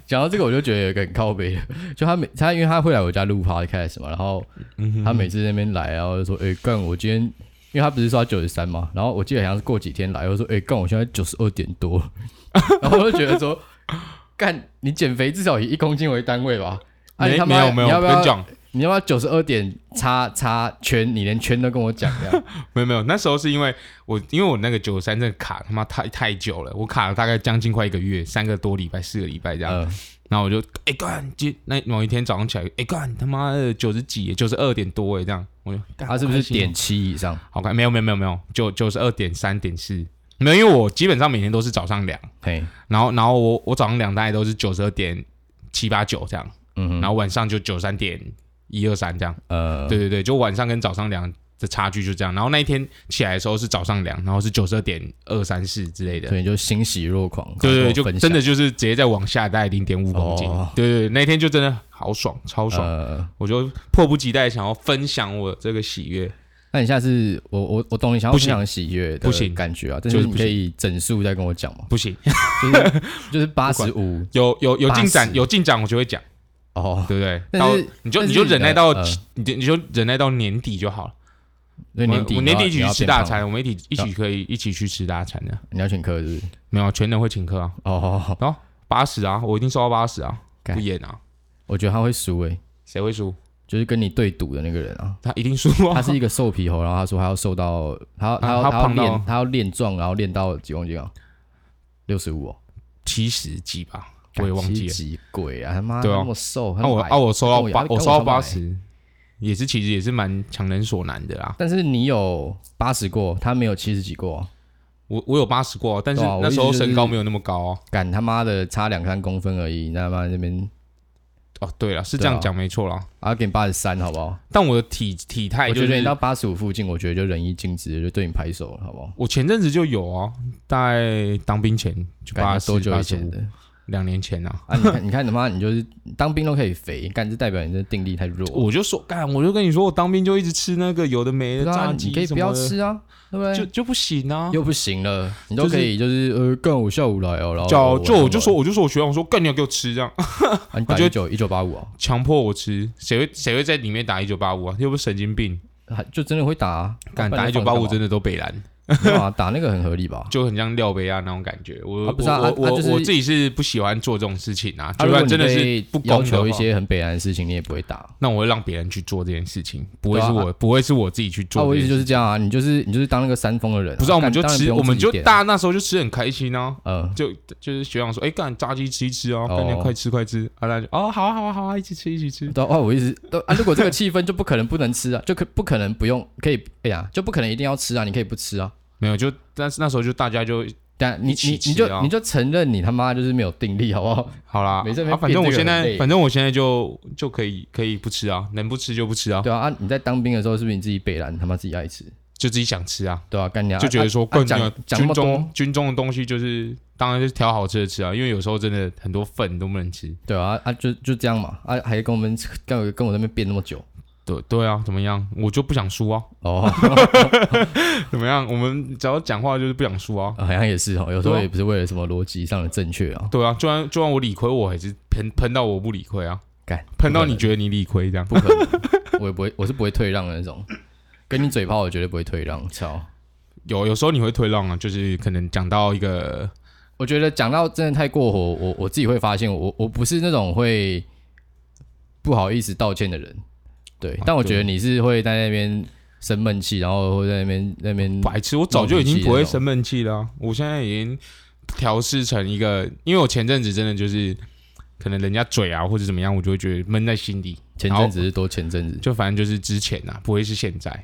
Speaker 2: 讲到这个，我就觉得有一个很靠背的，就他每他因为他会来我家录 podcast 嘛，然后
Speaker 1: 嗯
Speaker 2: 他每次那边来，然后就说：“哎、干，我今天，因为他不是说他九十三嘛，然后我记得好像是过几天来，我就说：哎、干，我现在九十二点多， 然后我就觉得说，干，你减肥至少以一公斤为单位吧？啊，你
Speaker 1: 没
Speaker 2: 他
Speaker 1: 没
Speaker 2: 妈
Speaker 1: 有没有，
Speaker 2: 你要不
Speaker 1: 我跟你
Speaker 2: 要
Speaker 1: 讲，
Speaker 2: 你要不要九十二点叉叉圈？你连圈都跟我讲这样，
Speaker 1: 没有没有，那时候是因为我因为我那个九十三这个卡他妈太太久了，我卡了大概将近快一个月，三个多礼拜，四个礼拜这样。
Speaker 2: 嗯，
Speaker 1: 然后我就哎干，今那某一天早上起来，哎干他妈的九十几，九十二点多哎这样，我就干
Speaker 2: 他是不
Speaker 1: 好开
Speaker 2: 是
Speaker 1: 心哦
Speaker 2: 点七以上？
Speaker 1: 好看，没有没有没有没有，九九十二点三点四，没有，因为我基本上每天都是早上量，
Speaker 2: 嘿，
Speaker 1: 然后然后我我早上量大概都是九十二点七八九这样，
Speaker 2: 嗯
Speaker 1: 然
Speaker 2: 哼，
Speaker 1: 后晚上就九三点一二三这样，
Speaker 2: 呃，
Speaker 1: 对对对，就晚上跟早上量的差距就这样，然后那一天起来的时候是早上量，然后是九十二点二三四之类的。
Speaker 2: 所以你就欣喜若狂，
Speaker 1: 对对对，
Speaker 2: 跟我
Speaker 1: 就
Speaker 2: 分享
Speaker 1: 真的就是直接再往下大概零点五公斤。
Speaker 2: 哦
Speaker 1: 对对对，那天就真的好爽，超爽，
Speaker 2: 呃
Speaker 1: 我就迫不及待想要分享我这个喜悦。
Speaker 2: 那你下次我我我懂你想要
Speaker 1: 不
Speaker 2: 分
Speaker 1: 行
Speaker 2: 享喜悦的
Speaker 1: 不行
Speaker 2: 感觉啊，但
Speaker 1: 就是是
Speaker 2: 你
Speaker 1: 不
Speaker 2: 可以整数再跟我讲嘛，
Speaker 1: 不行，
Speaker 2: 就是就是八十五
Speaker 1: 有有有进展，
Speaker 2: 80
Speaker 1: 有进展我就会讲。
Speaker 2: 哦，
Speaker 1: 对不对？
Speaker 2: 但
Speaker 1: 到
Speaker 2: 是
Speaker 1: 你就
Speaker 2: 但
Speaker 1: 你
Speaker 2: 是
Speaker 1: 就
Speaker 2: 你的
Speaker 1: 忍耐到
Speaker 2: 呃
Speaker 1: 你就你就忍耐到年底就好了。
Speaker 2: 所以年底
Speaker 1: 我我
Speaker 2: 你
Speaker 1: 年
Speaker 2: 要
Speaker 1: 底一起去吃大，餐，我们一起一
Speaker 2: 要
Speaker 1: 起可以一起去吃大餐的。
Speaker 2: 你要变胖你要请客是不是？
Speaker 1: 没有，全能会请客啊，
Speaker 2: 哦，
Speaker 1: 八十啊，我一定收到八十啊，
Speaker 2: 干
Speaker 1: 不演啊，
Speaker 2: 我觉得他会输诶，
Speaker 1: 谁会输？
Speaker 2: 就是跟你对赌的那个人啊，
Speaker 1: 他一定输
Speaker 2: 他
Speaker 1: 啊！
Speaker 2: 是一个瘦皮猴，然后他说他要瘦到他要
Speaker 1: 啊
Speaker 2: 要
Speaker 1: 他
Speaker 2: 他要
Speaker 1: 胖到
Speaker 2: 练他要练壮，然后练到几公斤啊？六十五哦，
Speaker 1: 七十几吧，我
Speaker 2: 干
Speaker 1: 也忘记
Speaker 2: 七
Speaker 1: 了。
Speaker 2: 几鬼啊，他妈
Speaker 1: 对啊
Speaker 2: 那么瘦，
Speaker 1: 那我
Speaker 2: 很白
Speaker 1: 啊我收到
Speaker 2: 跟我
Speaker 1: 八，
Speaker 2: 跟
Speaker 1: 我
Speaker 2: 我
Speaker 1: 收到
Speaker 2: 差不多
Speaker 1: 八十，也是其实也是蛮强人所难的啦。
Speaker 2: 但是你有八十过，他没有七十几过啊，
Speaker 1: 我我有八十过啊，但是
Speaker 2: 对啊我
Speaker 1: 那时
Speaker 2: 意
Speaker 1: 候
Speaker 2: 思就是
Speaker 1: 身高没有那么高啊。
Speaker 2: 敢他妈的差两三公分而已，那他妈那边
Speaker 1: 哦，对了，是这
Speaker 2: 对啊
Speaker 1: 样讲没错啦。
Speaker 2: 啊给你八十三好不好？
Speaker 1: 但我的体体态
Speaker 2: 我
Speaker 1: 哎就
Speaker 2: 觉得
Speaker 1: 是
Speaker 2: 你到八十五附近，我觉得就仁义尽职，就对你拍手了，好不好？
Speaker 1: 我前阵子就有啊，在当兵前就
Speaker 2: 干
Speaker 1: 八
Speaker 2: 你
Speaker 1: 十
Speaker 2: 多久
Speaker 1: 八
Speaker 2: 以
Speaker 1: 十
Speaker 2: 前
Speaker 1: 五
Speaker 2: 的
Speaker 1: 两年前啊，
Speaker 2: 啊？你看，你看他妈，你就是当兵都可以肥，干这代表你的定力太弱。
Speaker 1: 我就说干，我就跟你说，我当兵就一直吃那个有的没
Speaker 2: 不
Speaker 1: 的
Speaker 2: 知道啊
Speaker 1: 炸
Speaker 2: 你
Speaker 1: 鸡
Speaker 2: 可以
Speaker 1: 什
Speaker 2: 不
Speaker 1: 么
Speaker 2: 要
Speaker 1: 的，
Speaker 2: 吃啊，对不
Speaker 1: 就
Speaker 2: 对？
Speaker 1: 就不行啊。
Speaker 2: 又不行了，你都
Speaker 1: 就是
Speaker 2: 可以就是呃，干我下午来哦，然后
Speaker 1: 叫就我就说
Speaker 2: 我
Speaker 1: 我就说我学长说干你要给我吃这样，
Speaker 2: 啊你打
Speaker 1: 我觉得
Speaker 2: 一九一九八五哦，
Speaker 1: 强迫我吃，谁会谁会在里面打一九八五啊？又不是神经病，
Speaker 2: 还就真的会打啊，
Speaker 1: 敢打一九八五真的都北蓝，
Speaker 2: 没有啊，打那个很合理吧？
Speaker 1: 就很像廖杯啊那种感觉。我、
Speaker 2: 啊不是啊
Speaker 1: 我
Speaker 2: 啊
Speaker 1: 我、
Speaker 2: 啊就是
Speaker 1: 我自己是不喜欢做这种事情啊，
Speaker 2: 啊
Speaker 1: 就
Speaker 2: 如果
Speaker 1: 算
Speaker 2: 你
Speaker 1: 真的
Speaker 2: 被
Speaker 1: 是不公
Speaker 2: 要
Speaker 1: 的
Speaker 2: 求一
Speaker 1: 话
Speaker 2: 些很北南的事情，你也不会打。
Speaker 1: 那我会让别人去做这件事情，不会
Speaker 2: 对啊
Speaker 1: 是我、不会是我自己去
Speaker 2: 啊，
Speaker 1: 做
Speaker 2: 我
Speaker 1: 这
Speaker 2: 意
Speaker 1: 件
Speaker 2: 思
Speaker 1: 事情。
Speaker 2: 就是这样啊，你就是你就是当那个山峰的人啊、
Speaker 1: 不是、啊，我们
Speaker 2: 干
Speaker 1: 就
Speaker 2: 当然
Speaker 1: 吃，
Speaker 2: 不用
Speaker 1: 我们
Speaker 2: 自己
Speaker 1: 就
Speaker 2: 点啊
Speaker 1: 大家那时候就吃得很开心啊。
Speaker 2: 呃，
Speaker 1: 就就是学长说，哎、干炸鸡吃一吃啊，
Speaker 2: 哦
Speaker 1: 干点快吃快吃，啊，大家就哦，好啊好啊好啊，一起吃一起吃，
Speaker 2: 对啊，我意思都啊，如果这个气氛就不可能不能吃啊， 就可不可能不用可以，哎呀，就不可能一定要吃啊，你可以不吃啊。
Speaker 1: 没有就，但是那时候就大家就
Speaker 2: 但你
Speaker 1: 一起
Speaker 2: 你
Speaker 1: 吃
Speaker 2: 你
Speaker 1: 啊
Speaker 2: 就你就承认你他妈就是没有定力，好不好？
Speaker 1: 好啦，
Speaker 2: 没事没
Speaker 1: 啊，
Speaker 2: 事
Speaker 1: 反正我
Speaker 2: 变这个
Speaker 1: 现
Speaker 2: 很
Speaker 1: 在
Speaker 2: 累
Speaker 1: 反正我现在就就可以可以不吃啊，能不吃就不吃啊，
Speaker 2: 对啊，啊，你在当兵的时候是不是你自己北蓝他妈自己爱吃？
Speaker 1: 就自己想吃啊，
Speaker 2: 对啊，干你啊
Speaker 1: 就觉得说，
Speaker 2: 啊
Speaker 1: 更
Speaker 2: 啊讲讲那
Speaker 1: 军
Speaker 2: 么
Speaker 1: 中
Speaker 2: 多，
Speaker 1: 军中的东西就是当然就是挑好吃的吃啊，因为有时候真的很多份都不能吃，
Speaker 2: 对啊啊啊就就这样嘛啊，还跟我们跟跟我那边辩那么久
Speaker 1: 对对啊，怎么样？我就不想输啊，
Speaker 2: 哦，
Speaker 1: 怎么样？我们只要讲话就是不想输啊，
Speaker 2: 好像也是哦，有时候
Speaker 1: 对啊
Speaker 2: 也不是为了什么逻辑上的正确啊，
Speaker 1: 对啊，就算就算我理亏，我还是喷喷到我不理亏啊，
Speaker 2: 干
Speaker 1: 喷到
Speaker 2: 不可
Speaker 1: 你
Speaker 2: 能
Speaker 1: 觉得你理亏这样。
Speaker 2: 不可 能，我也不会，我是不会退让的那种，跟你嘴炮我绝对不会退让，操！
Speaker 1: 有有时候你会退让啊，就是可能讲到一个
Speaker 2: 我觉得讲到真的太过火，我我自己会发现我，我不是那种会不好意思道歉的人，对
Speaker 1: 啊。
Speaker 2: 但我
Speaker 1: 对
Speaker 2: 觉得你是会在那边生闷气，然后会在那边那边
Speaker 1: 白痴，我早就已经不会生闷气了啊、我现在已经调试成一个，因为我前阵子真的就是可能人家嘴啊或者怎么样，我就会觉得闷在心里，
Speaker 2: 前阵子是多前阵子
Speaker 1: 就反正就是之前啊，不会是现在，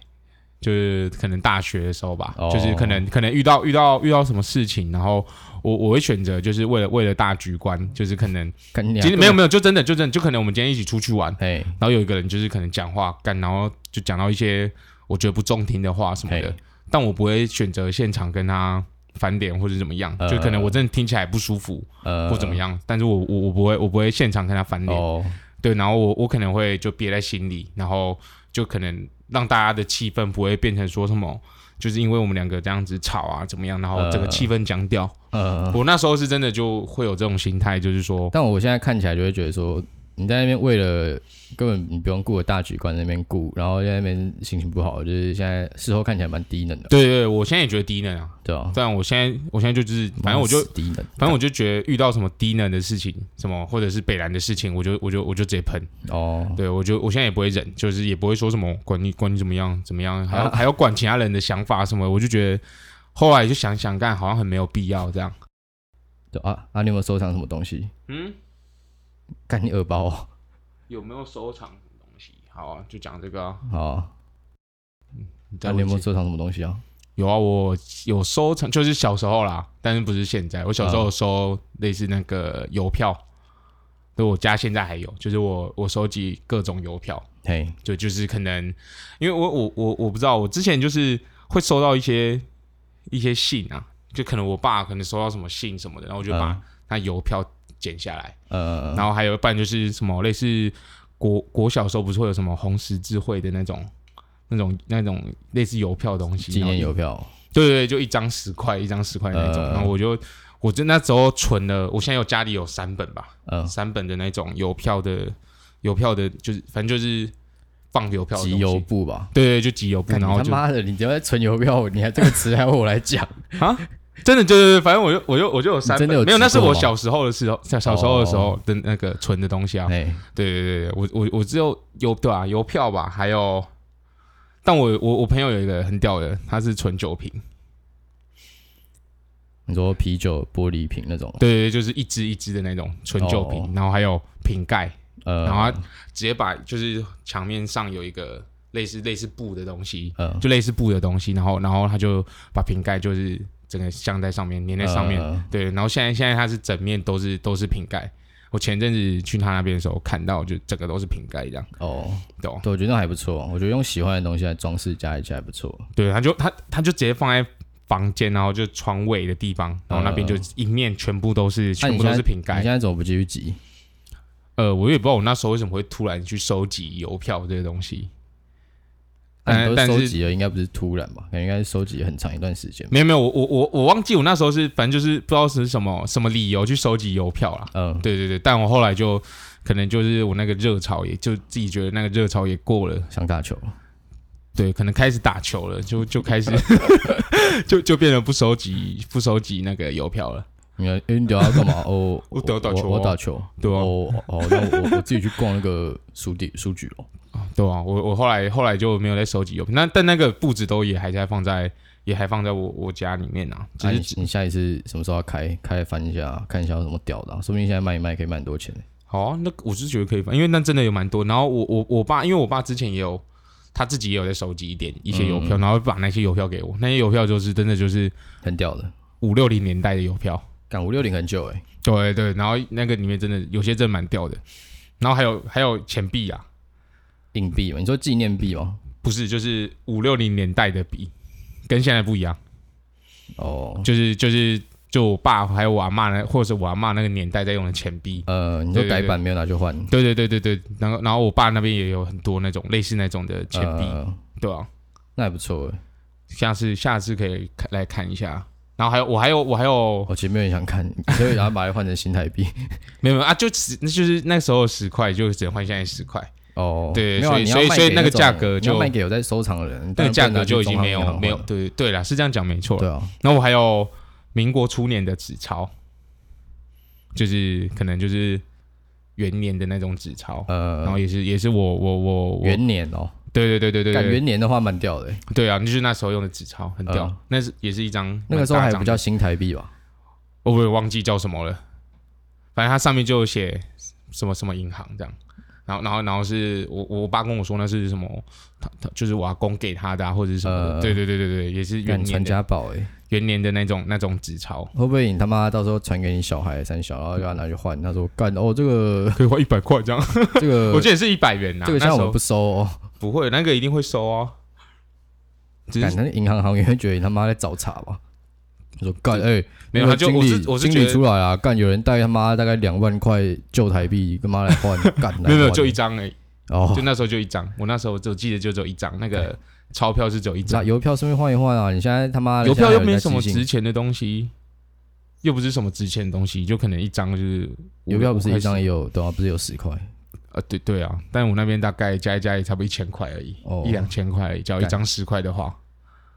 Speaker 1: 就是可能大学的时候吧，
Speaker 2: 哦
Speaker 1: 就是可能可能遇到遇到遇到什么事情，然后我我会选择就是为了为了大局观，就是可能
Speaker 2: 看你啊
Speaker 1: 今天没有，没有，就真的就真的就可能我们今天一起出去玩，
Speaker 2: 哎
Speaker 1: 然后有一个人就是可能讲话干，然后就讲到一些我觉得不中听的话什么的
Speaker 2: 嘿，
Speaker 1: 但我不会选择现场跟他翻脸或者怎么样，
Speaker 2: 呃
Speaker 1: 就可能我真的听起来不舒服
Speaker 2: 呃
Speaker 1: 或怎么样，但是我我我不会我不会现场跟他翻脸，
Speaker 2: 哦，
Speaker 1: 对，然后我我可能会就憋在心里，然后就可能让大家的气氛不会变成说什么。就是因为我们两个这样子吵啊，怎么样，然后整个
Speaker 2: 呃
Speaker 1: 气氛僵掉。
Speaker 2: 呃，
Speaker 1: 我那时候是真的就会有这种心态，就是说，
Speaker 2: 但我现在看起来就会觉得说，你在那边为了根本你不用顾着大局观在那边顾，然后在那边心情不好，就是现在事后看起来蛮低能的，
Speaker 1: 对对对，我现在也觉得低能啊，
Speaker 2: 对吧？
Speaker 1: 但我现在我现在就就是，反正我就
Speaker 2: 妈死低能，
Speaker 1: 反正我就觉得遇到什么低能的事情，什么或者是北兰的事情，我就我就我就直接喷。
Speaker 2: 哦，
Speaker 1: 对我就我现在也不会忍，就是也不会说什么管你管你怎么样怎么样，还要、
Speaker 2: 啊
Speaker 1: 还要管其他人的想法什么，我就觉得后来就想想干，好像很没有必要这样。
Speaker 2: 对啊啊，你有没有收藏什么东西？
Speaker 1: 嗯，
Speaker 2: 干你耳包、哦，
Speaker 1: 有没有收藏什么东西？好啊，就讲这个、啊。
Speaker 2: 好啊、
Speaker 1: 你再
Speaker 2: 那、你有
Speaker 1: 问
Speaker 2: 没有
Speaker 1: 一次
Speaker 2: 收藏什么东西啊？
Speaker 1: 有啊，我有收藏，就是小时候啦，但是不是现在。我小时
Speaker 2: 嗯
Speaker 1: 候有收类似那个邮票，对我家现在还有，就是我我收集各种邮票。
Speaker 2: 嘿，
Speaker 1: 就就是可能，因为我我我我不知道，我之前就是会收到一些一些信啊，就可能我爸可能收到什么信什么的，然后我就把
Speaker 2: 嗯
Speaker 1: 他邮票剪下来，
Speaker 2: 呃，
Speaker 1: 然后还有一半就是什么类似国国小时候不是会有什么红十字会的那种那种那种类似邮票的东西，
Speaker 2: 纪念
Speaker 1: 然后
Speaker 2: 邮票，
Speaker 1: 对对对，就一张十块，一张十块那种，
Speaker 2: 嗯
Speaker 1: 然后我就。我就那时候存了，我现在有家里有三本吧，
Speaker 2: 嗯、
Speaker 1: 三本的那种邮票的，邮票的，就是反正就是放邮票的东西
Speaker 2: 集邮部吧。
Speaker 1: 对对，就集邮部，
Speaker 2: 干你
Speaker 1: 然后
Speaker 2: 他
Speaker 1: 就
Speaker 2: 妈的，你只要在存邮票，你还这个词还要我来讲？
Speaker 1: 真的对对对，反正我就我就我就有三本
Speaker 2: 真的有
Speaker 1: 没有，那
Speaker 2: 集
Speaker 1: 是
Speaker 2: 过
Speaker 1: 我
Speaker 2: 吗哦
Speaker 1: 小时候的时候，小小时候的时候的那个存的东西 啊。
Speaker 2: 哎，
Speaker 1: 对对对对，我我我只有邮对啊，邮票吧，还有，但我我我朋友有一个很屌的，他是存酒瓶，
Speaker 2: 哦你说啤酒玻璃瓶那种，
Speaker 1: 对对对，就是一支一支的那种存酒瓶，
Speaker 2: 哦
Speaker 1: 然后还有瓶盖，
Speaker 2: 呃，
Speaker 1: 然后他直接把就是墙面上有一个类似类似布的东西，
Speaker 2: 呃，
Speaker 1: 就类似布的东西，然后然后他就把瓶盖就是整个镶在上面，粘在上面，
Speaker 2: 呃
Speaker 1: 对，然后现在现在它是整面都是都是瓶盖。我前阵子去他那边的时候看到，就整个都是瓶盖这样，
Speaker 2: 哦，
Speaker 1: 懂？
Speaker 2: 对，我觉得那还不错，我觉得用喜欢的东西来装饰家里，其实还不错。
Speaker 1: 对，他就他他就直接放在房间，然后就床尾的地方，然后那边就
Speaker 2: 嗯
Speaker 1: 一面全部都是、
Speaker 2: 那
Speaker 1: 全
Speaker 2: 你
Speaker 1: 部都
Speaker 2: 现在
Speaker 1: 是瓶
Speaker 2: 你
Speaker 1: 盖
Speaker 2: 现。在怎么不继续集？
Speaker 1: 呃，我也不知道我那时候为什么会突然去收集邮票这些东西，
Speaker 2: 那你
Speaker 1: 呃
Speaker 2: 都
Speaker 1: 但
Speaker 2: 收
Speaker 1: 是
Speaker 2: 集了，应该不是突然吧？感觉应该是收集了很长一段时间吧。
Speaker 1: 没有没有，我我我我忘记我那时候是反正就是不知道是什么什么理由去收集邮票啦。
Speaker 2: 嗯，
Speaker 1: 对对对，但我后来就可能就是我那个热潮也就自己觉得那个热潮也过了，
Speaker 2: 想打球，
Speaker 1: 对，可能开始打球了，就就开始 就就变成不收集不收集那个邮票了。
Speaker 2: 你看，哎，你等下要干嘛？哦，
Speaker 1: 我等下打球啊
Speaker 2: 我打球，
Speaker 1: 对啊
Speaker 2: 哦，哦，那我我自己去逛那个书店书局哦。
Speaker 1: 对啊，我我后来后来就没有再收集邮票，那但那个布置都也还在放在也还放在我我家里面啊，
Speaker 2: 啊
Speaker 1: 只
Speaker 2: 你
Speaker 1: 是
Speaker 2: 你下一次什么时候要开开翻一下，看一下有什么屌的啊、说不定现在卖一卖可以卖很多钱。欸
Speaker 1: 好啊，那个我是觉得可以放，因为那真的有蛮多。然后我我我爸，因为我爸之前也有他自己也有在收集一点一些邮票，然后把那些邮票给我，那些邮票就是真的就是
Speaker 2: 很屌的，
Speaker 1: 五六零年代的邮票，
Speaker 2: 干五六零很久哎、
Speaker 1: 对对，然后那个里面真的有些真的蛮屌的，然后还有还有钱币啊，
Speaker 2: 硬币嘛，你说纪念币吗？
Speaker 1: 不是就是五六零年代的币，跟现在不一样，
Speaker 2: 哦，
Speaker 1: 就是就是就我爸还有我阿妈那或者是我阿妈那个年代在用的钱币，
Speaker 2: 呃，你说
Speaker 1: 对对
Speaker 2: 改
Speaker 1: 对
Speaker 2: 版没有拿去换
Speaker 1: 对对对对对，然后然后我爸那边也有很多那种类似那种的钱币，
Speaker 2: 呃
Speaker 1: 对啊。
Speaker 2: 那还不错哎、
Speaker 1: 下次下次可以看来看一下。然后还有我还有我还有
Speaker 2: 我前面也想看， 所以然后把它换成新台币。
Speaker 1: 没有没有啊，就十那就是那时候十块就只能换现在十块，
Speaker 2: 哦，
Speaker 1: 对
Speaker 2: 没有啊、
Speaker 1: 所以
Speaker 2: 你要
Speaker 1: 所以
Speaker 2: 卖
Speaker 1: 所以
Speaker 2: 给
Speaker 1: 那个
Speaker 2: 种
Speaker 1: 价格
Speaker 2: 你要
Speaker 1: 就
Speaker 2: 卖给有在收藏的人，
Speaker 1: 那
Speaker 2: 但
Speaker 1: 个价格就已经没有没有
Speaker 2: 对
Speaker 1: 对对啦，是这样讲没错啦。
Speaker 2: 对啊，
Speaker 1: 然后我还有民国初年的纸钞，就是可能就是元年的那种纸钞，然
Speaker 2: 呃
Speaker 1: 后，也是也是我我我我
Speaker 2: 元年哦，
Speaker 1: 对对对对对
Speaker 2: 干
Speaker 1: 对
Speaker 2: 元年的话蛮屌的、欸，
Speaker 1: 对啊，就是那时候用的纸钞很屌
Speaker 2: 嗯，
Speaker 1: 那是也是一张
Speaker 2: 那个时候
Speaker 1: 蛮大
Speaker 2: 还
Speaker 1: 张
Speaker 2: 不
Speaker 1: 的
Speaker 2: 叫新台币吧？
Speaker 1: 我我也忘记叫什么了，反正它上面就有写什么什么银行这样，然后然后然后是我我爸跟我说那是什么，他他就是我阿公给他的、啊、或者是什么的，
Speaker 2: 呃
Speaker 1: 对对对对对，也是元
Speaker 2: 干
Speaker 1: 年
Speaker 2: 传
Speaker 1: 的
Speaker 2: 家宝哎、
Speaker 1: 元年的那种那种纸钞，
Speaker 2: 会不会你他妈到时候传给你小孩三小，然后叫他拿去换？他说干哦，这个
Speaker 1: 可以花一百块这样，
Speaker 2: 这个
Speaker 1: 我记得是一百元呐、啊，
Speaker 2: 呃这个现
Speaker 1: 那
Speaker 2: 在
Speaker 1: 时
Speaker 2: 我
Speaker 1: 候
Speaker 2: 们不收哦，
Speaker 1: 不会，那个一定会收哦，只
Speaker 2: 感
Speaker 1: 是
Speaker 2: 那银行行员会觉得你他妈在找茬吧？他说干哎，
Speaker 1: 没有
Speaker 2: 那
Speaker 1: 他
Speaker 2: 个
Speaker 1: 就
Speaker 2: 经
Speaker 1: 我
Speaker 2: 理
Speaker 1: 是我是
Speaker 2: 经
Speaker 1: 觉
Speaker 2: 理
Speaker 1: 得
Speaker 2: 出来啊，干有人带他妈大概两万块旧台币跟妈来 换，干
Speaker 1: 没有没有就一
Speaker 2: 张
Speaker 1: 张而已，
Speaker 2: 哦
Speaker 1: 就，那时候就一张，我那时候就记得就只有一张，那个钞票是只有一
Speaker 2: 那
Speaker 1: 张，
Speaker 2: 邮票顺便换一换啊，你现在他妈的
Speaker 1: 邮票又没什么
Speaker 2: 现在还有人在寄信
Speaker 1: 值钱的东西，又不是什么值钱的东西，就可能一张就是五
Speaker 2: 邮票不是一
Speaker 1: 五
Speaker 2: 张
Speaker 1: 块
Speaker 2: 也有对啊，不是有十块，
Speaker 1: 呃，对对啊，但我那边大概加一加也差不多一千块而已，
Speaker 2: 哦
Speaker 1: 一两千块而已，只要一
Speaker 2: 干
Speaker 1: 张十块的话，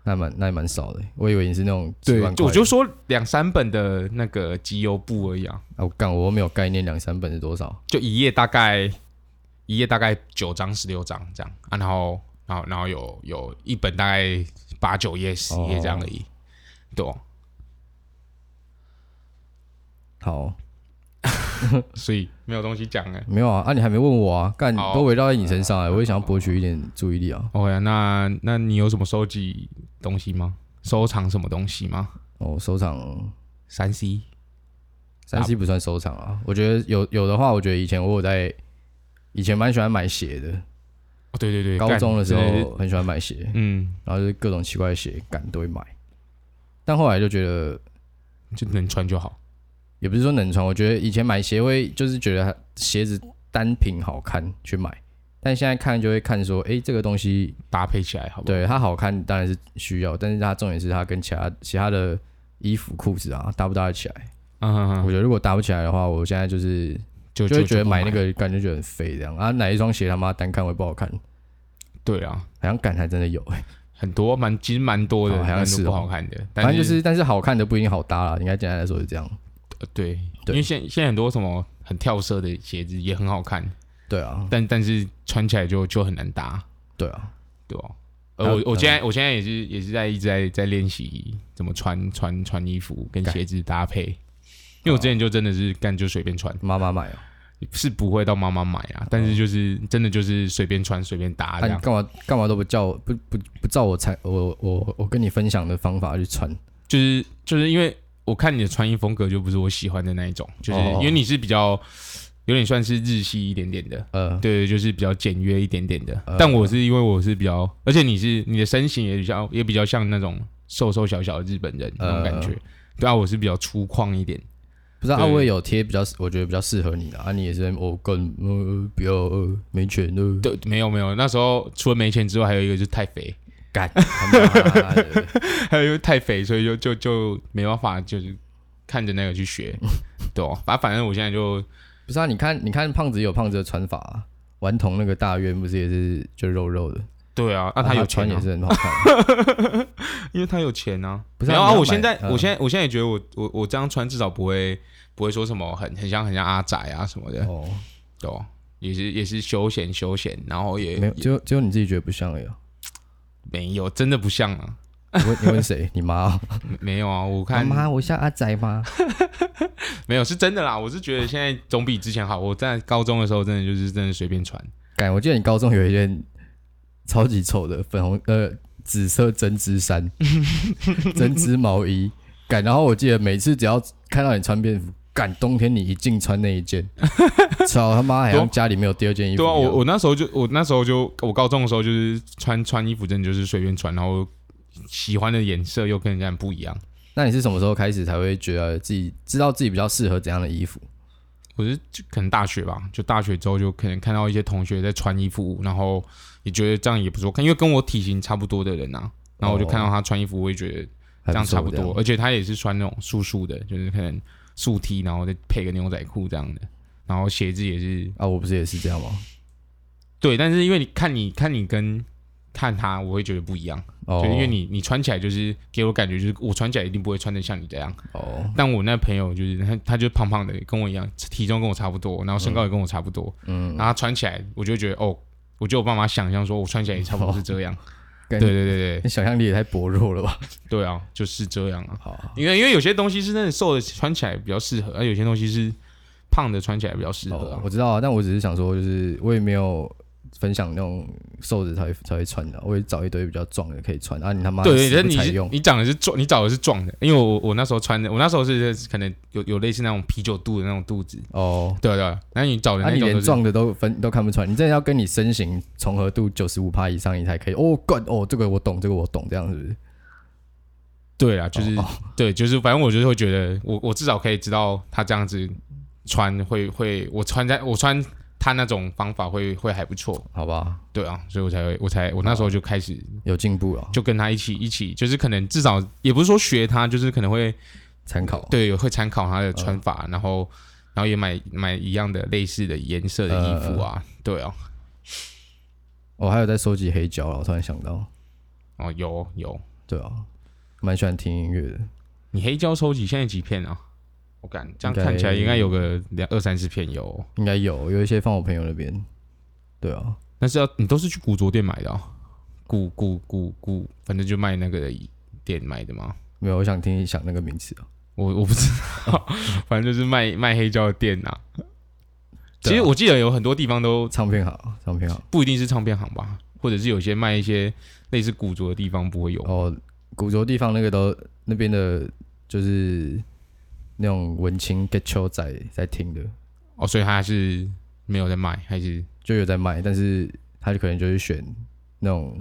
Speaker 2: 那还蛮那也蛮少的，我以为你是那种
Speaker 1: 对
Speaker 2: 10万，
Speaker 1: 就
Speaker 2: 块
Speaker 1: 我就说两三本的那个集邮簿而已啊，
Speaker 2: 啊我干我没有概念两三本是多少，
Speaker 1: 就一页大概一页大概九张十六张这样啊，然后然后然后有有一本大概八九页十页这
Speaker 2: 哦
Speaker 1: 样而已，对哦、
Speaker 2: 好
Speaker 1: 所以没有东西讲哎、
Speaker 2: 没有啊，啊你还没问我啊，干
Speaker 1: 好
Speaker 2: 都围绕在你身上哎，我也想要博取一点注意力啊，
Speaker 1: OK，啊那那你有什么收集东西吗？收藏什么东西吗？
Speaker 2: 哦收藏
Speaker 1: 三 C
Speaker 2: 三 C 不算收藏啊，我觉得有有的话，我觉得以前我有在，以前蛮喜欢买鞋的，
Speaker 1: 哦，对对对，
Speaker 2: 高
Speaker 1: 干
Speaker 2: 中的时，
Speaker 1: 真是
Speaker 2: 候很喜欢买鞋，
Speaker 1: 嗯，
Speaker 2: 然后就是各种奇怪的鞋，敢都会买，但后来就觉得
Speaker 1: 就能穿就好。
Speaker 2: 也不是说能穿，我觉得以前买鞋会就是觉得鞋子单品好看去买，但现在看就会看说，诶，这个东西
Speaker 1: 搭配起来，好不好？
Speaker 2: 对它好看当然是需要，但是它重点是它跟其他其他的衣服裤子啊搭不搭得起来，
Speaker 1: 嗯，嗯嗯
Speaker 2: 我觉得如果搭不起来的话，我现在就是
Speaker 1: 就
Speaker 2: 就会觉得
Speaker 1: 不
Speaker 2: 买那个感觉就很废这样啊，哪一双鞋他妈单看会不好看，
Speaker 1: 对啊，
Speaker 2: 好像感还真的有、欸，
Speaker 1: 很多蛮其实蛮多的，
Speaker 2: 哦好像
Speaker 1: 但
Speaker 2: 是
Speaker 1: 都不
Speaker 2: 哦
Speaker 1: 好看的。
Speaker 2: 反
Speaker 1: 但
Speaker 2: 正就是但是好看的不一定好搭啦，应该简单来说是这样。
Speaker 1: 呃对，因
Speaker 2: 对
Speaker 1: 为现现在很多什么很跳色的鞋子也很好看，
Speaker 2: 对啊，
Speaker 1: 但但是穿起来就就很难搭，
Speaker 2: 对啊，
Speaker 1: 对吧？呃，
Speaker 2: 还有
Speaker 1: 我我现在我现在也是也是在一直在在练习怎么穿穿穿衣服跟
Speaker 2: 干
Speaker 1: 鞋子搭配，因为我之前就真的是干就随便穿，
Speaker 2: 妈妈买哦、
Speaker 1: 是不会到妈妈买
Speaker 2: 嗯
Speaker 1: 啊，但是就是真的就是随便穿随便搭
Speaker 2: 啊，
Speaker 1: 这
Speaker 2: 你
Speaker 1: 样。
Speaker 2: 干嘛干嘛都不叫我不不不照我才我我我跟你分享的方法去穿，
Speaker 1: 就是就是因为我看你的穿衣风格就不是我喜欢的那一种，就是
Speaker 2: 哦
Speaker 1: 因为你是比较有点算是日系一点点的，
Speaker 2: 呃，
Speaker 1: 对，就是比较简约一点点的
Speaker 2: 呃。
Speaker 1: 但我是因为我是比较，而且你是你的身形也比较也比较像那种瘦瘦小小的日本人那种感觉，
Speaker 2: 呃
Speaker 1: 对啊，我是比较粗犷一点，
Speaker 2: 不知道阿
Speaker 1: 对
Speaker 2: 威有贴比较，我觉得比较适合你的啊，你也是我更呃比较呃没钱的，
Speaker 1: 对，没有没有，那时候除了没钱之外，还有一个就是太肥，
Speaker 2: 干他啊妈的
Speaker 1: 还有一个太肥，所以就就就没办法，就是看着那个去 学，对哦，反反正我现在就
Speaker 2: 不是啊，你看你看胖子也有胖子的穿法、啊，顽童那个大院不是也是就肉肉的。
Speaker 1: 对啊，那
Speaker 2: 他
Speaker 1: 有
Speaker 2: 穿
Speaker 1: 钱、
Speaker 2: 也
Speaker 1: 啊，
Speaker 2: 是很好 看，
Speaker 1: 因为他有钱啊。
Speaker 2: 不是啊
Speaker 1: 没有
Speaker 2: 你
Speaker 1: 啊，
Speaker 2: 要
Speaker 1: 我现在
Speaker 2: 买嗯
Speaker 1: 我现在我现在也觉得我我我这样穿至少不会不会说什么很很像很像阿宅啊什么的，
Speaker 2: 哦，
Speaker 1: 对哦，也是也是休闲休闲，然后也
Speaker 2: 没有，只有只有你自己觉得不像而已啊。
Speaker 1: 没有真的不像啊，
Speaker 2: 你问你问谁？你妈哦？
Speaker 1: 没没有啊， 我
Speaker 2: 妈
Speaker 1: 看
Speaker 2: 妈，我像阿仔吗？
Speaker 1: 没有是真的啦，我是觉得现在总比之前好。我在高中的时候真的就是真的随便穿，
Speaker 2: 感，我记得你高中有一件超级丑的粉红呃紫色针织衫、针织毛衣，感，然后我记得每次只要看到你穿便服，感，冬天你一进穿那一件，操他妈，好像家里没有第二件衣服
Speaker 1: 对
Speaker 2: 一
Speaker 1: 啊，
Speaker 2: 样。
Speaker 1: 我我那时候就我那时候就我高中的时候就是穿穿衣服真的就是随便穿，然后喜欢的颜色又跟人家不一样。
Speaker 2: 那你是什么时候开始才会觉得自己知道自己比较适合怎样的衣服？
Speaker 1: 我是就可能大学吧，就大学之后就可能看到一些同学在穿衣服，然后也觉得这样也不错看，因为跟我体型差不多的人啊，然后我就
Speaker 2: 哦
Speaker 1: 看到他穿衣服，我也觉得
Speaker 2: 还
Speaker 1: 这样差不
Speaker 2: 错
Speaker 1: 多，而且他也是穿那种素素的，就是可能素 T，然后再配个牛仔裤这样的，然后鞋子也是
Speaker 2: 啊，我不是也是这样吗？
Speaker 1: 对，但是因为你看你看你跟看他，我会觉得不一样，
Speaker 2: 哦，
Speaker 1: 就因为你你穿起来就是给我感觉就是我穿起来一定不会穿的像你这样，
Speaker 2: 哦，
Speaker 1: 但我那朋友就是他，他就胖胖的，跟我一样，体重跟我差不多，然后身高也跟我差不多，嗯，然后他穿起来，我就会觉得哦，我就有办法想象说，我穿起来也差不多是这样，
Speaker 2: 对
Speaker 1: 对对对对
Speaker 2: 你想象力也太薄弱了吧？
Speaker 1: 对啊，就是这样啊，
Speaker 2: 好啊，
Speaker 1: 因为因为有些东西是真的瘦的穿起来比较适合，啊而有些东西是胖的穿起来比较适合
Speaker 2: 哦
Speaker 1: 啊，
Speaker 2: 我知道啊，但我只是想说，就是我也没有分享那种瘦子才会才会穿的，我也找一堆比较壮的可以穿啊。你他妈
Speaker 1: 对
Speaker 2: 死
Speaker 1: 对，
Speaker 2: 不
Speaker 1: 你
Speaker 2: 采
Speaker 1: 是
Speaker 2: 用
Speaker 1: 你讲的是壮，你找的是壮的，因为我我那时候穿的，我那时候是可能有有类似那种啤酒肚的那种肚子，
Speaker 2: 哦，
Speaker 1: 对啊对啊，那你找的
Speaker 2: 那、
Speaker 1: 那
Speaker 2: 你
Speaker 1: 种
Speaker 2: 连
Speaker 1: 都是
Speaker 2: 壮的都分都看不出来，你真的要跟你身形重合度九十五趴以上，你才可以哦干哦，这个我懂，这个我懂，这样是不是？
Speaker 1: 对啊，就是、
Speaker 2: 哦
Speaker 1: 对，就是反正我就是会觉得，我我至少可以知道他这样子穿会会，我穿在我穿他那种方法会会还不错，
Speaker 2: 好吧，
Speaker 1: 对啊，所以我才会我才我那时
Speaker 2: 哦
Speaker 1: 候就开始
Speaker 2: 有进步啊了，
Speaker 1: 就跟他一起一起，就是可能至少也不是说学他，就是可能会
Speaker 2: 参考。
Speaker 1: 对会参考他的穿法，然后然后也买买一样的类似的颜色的衣服啊，对啊，
Speaker 2: 我、哦还有在收集黑胶了，我突然想到，
Speaker 1: 哦有有，
Speaker 2: 对啊，蛮喜欢听音乐的，
Speaker 1: 你黑胶收集现在几片啊？我感这样
Speaker 2: 应该
Speaker 1: 看起来应该有个两二三十片有哦，
Speaker 2: 应该有有一些放我朋友那边，对啊，
Speaker 1: 但是要你都是去古着店买的、哦，古古古古，反正就卖那个的店买的嘛。
Speaker 2: 没有，我想听一想那个名词啊。
Speaker 1: 我我不知道，反正就是卖卖黑胶的店呐、其
Speaker 2: 对
Speaker 1: 实
Speaker 2: 啊
Speaker 1: 我记得有很多地方都
Speaker 2: 唱片行，唱片行。
Speaker 1: 不一定是唱片行吧，或者是有些卖一些类似古着的地方不会有。
Speaker 2: 哦，古着地方那个都那边的，就是那种文青 get 秋仔在听的，
Speaker 1: 哦，所以他还是没有在卖，还是
Speaker 2: 就有在卖，但是他就可能就是选那种，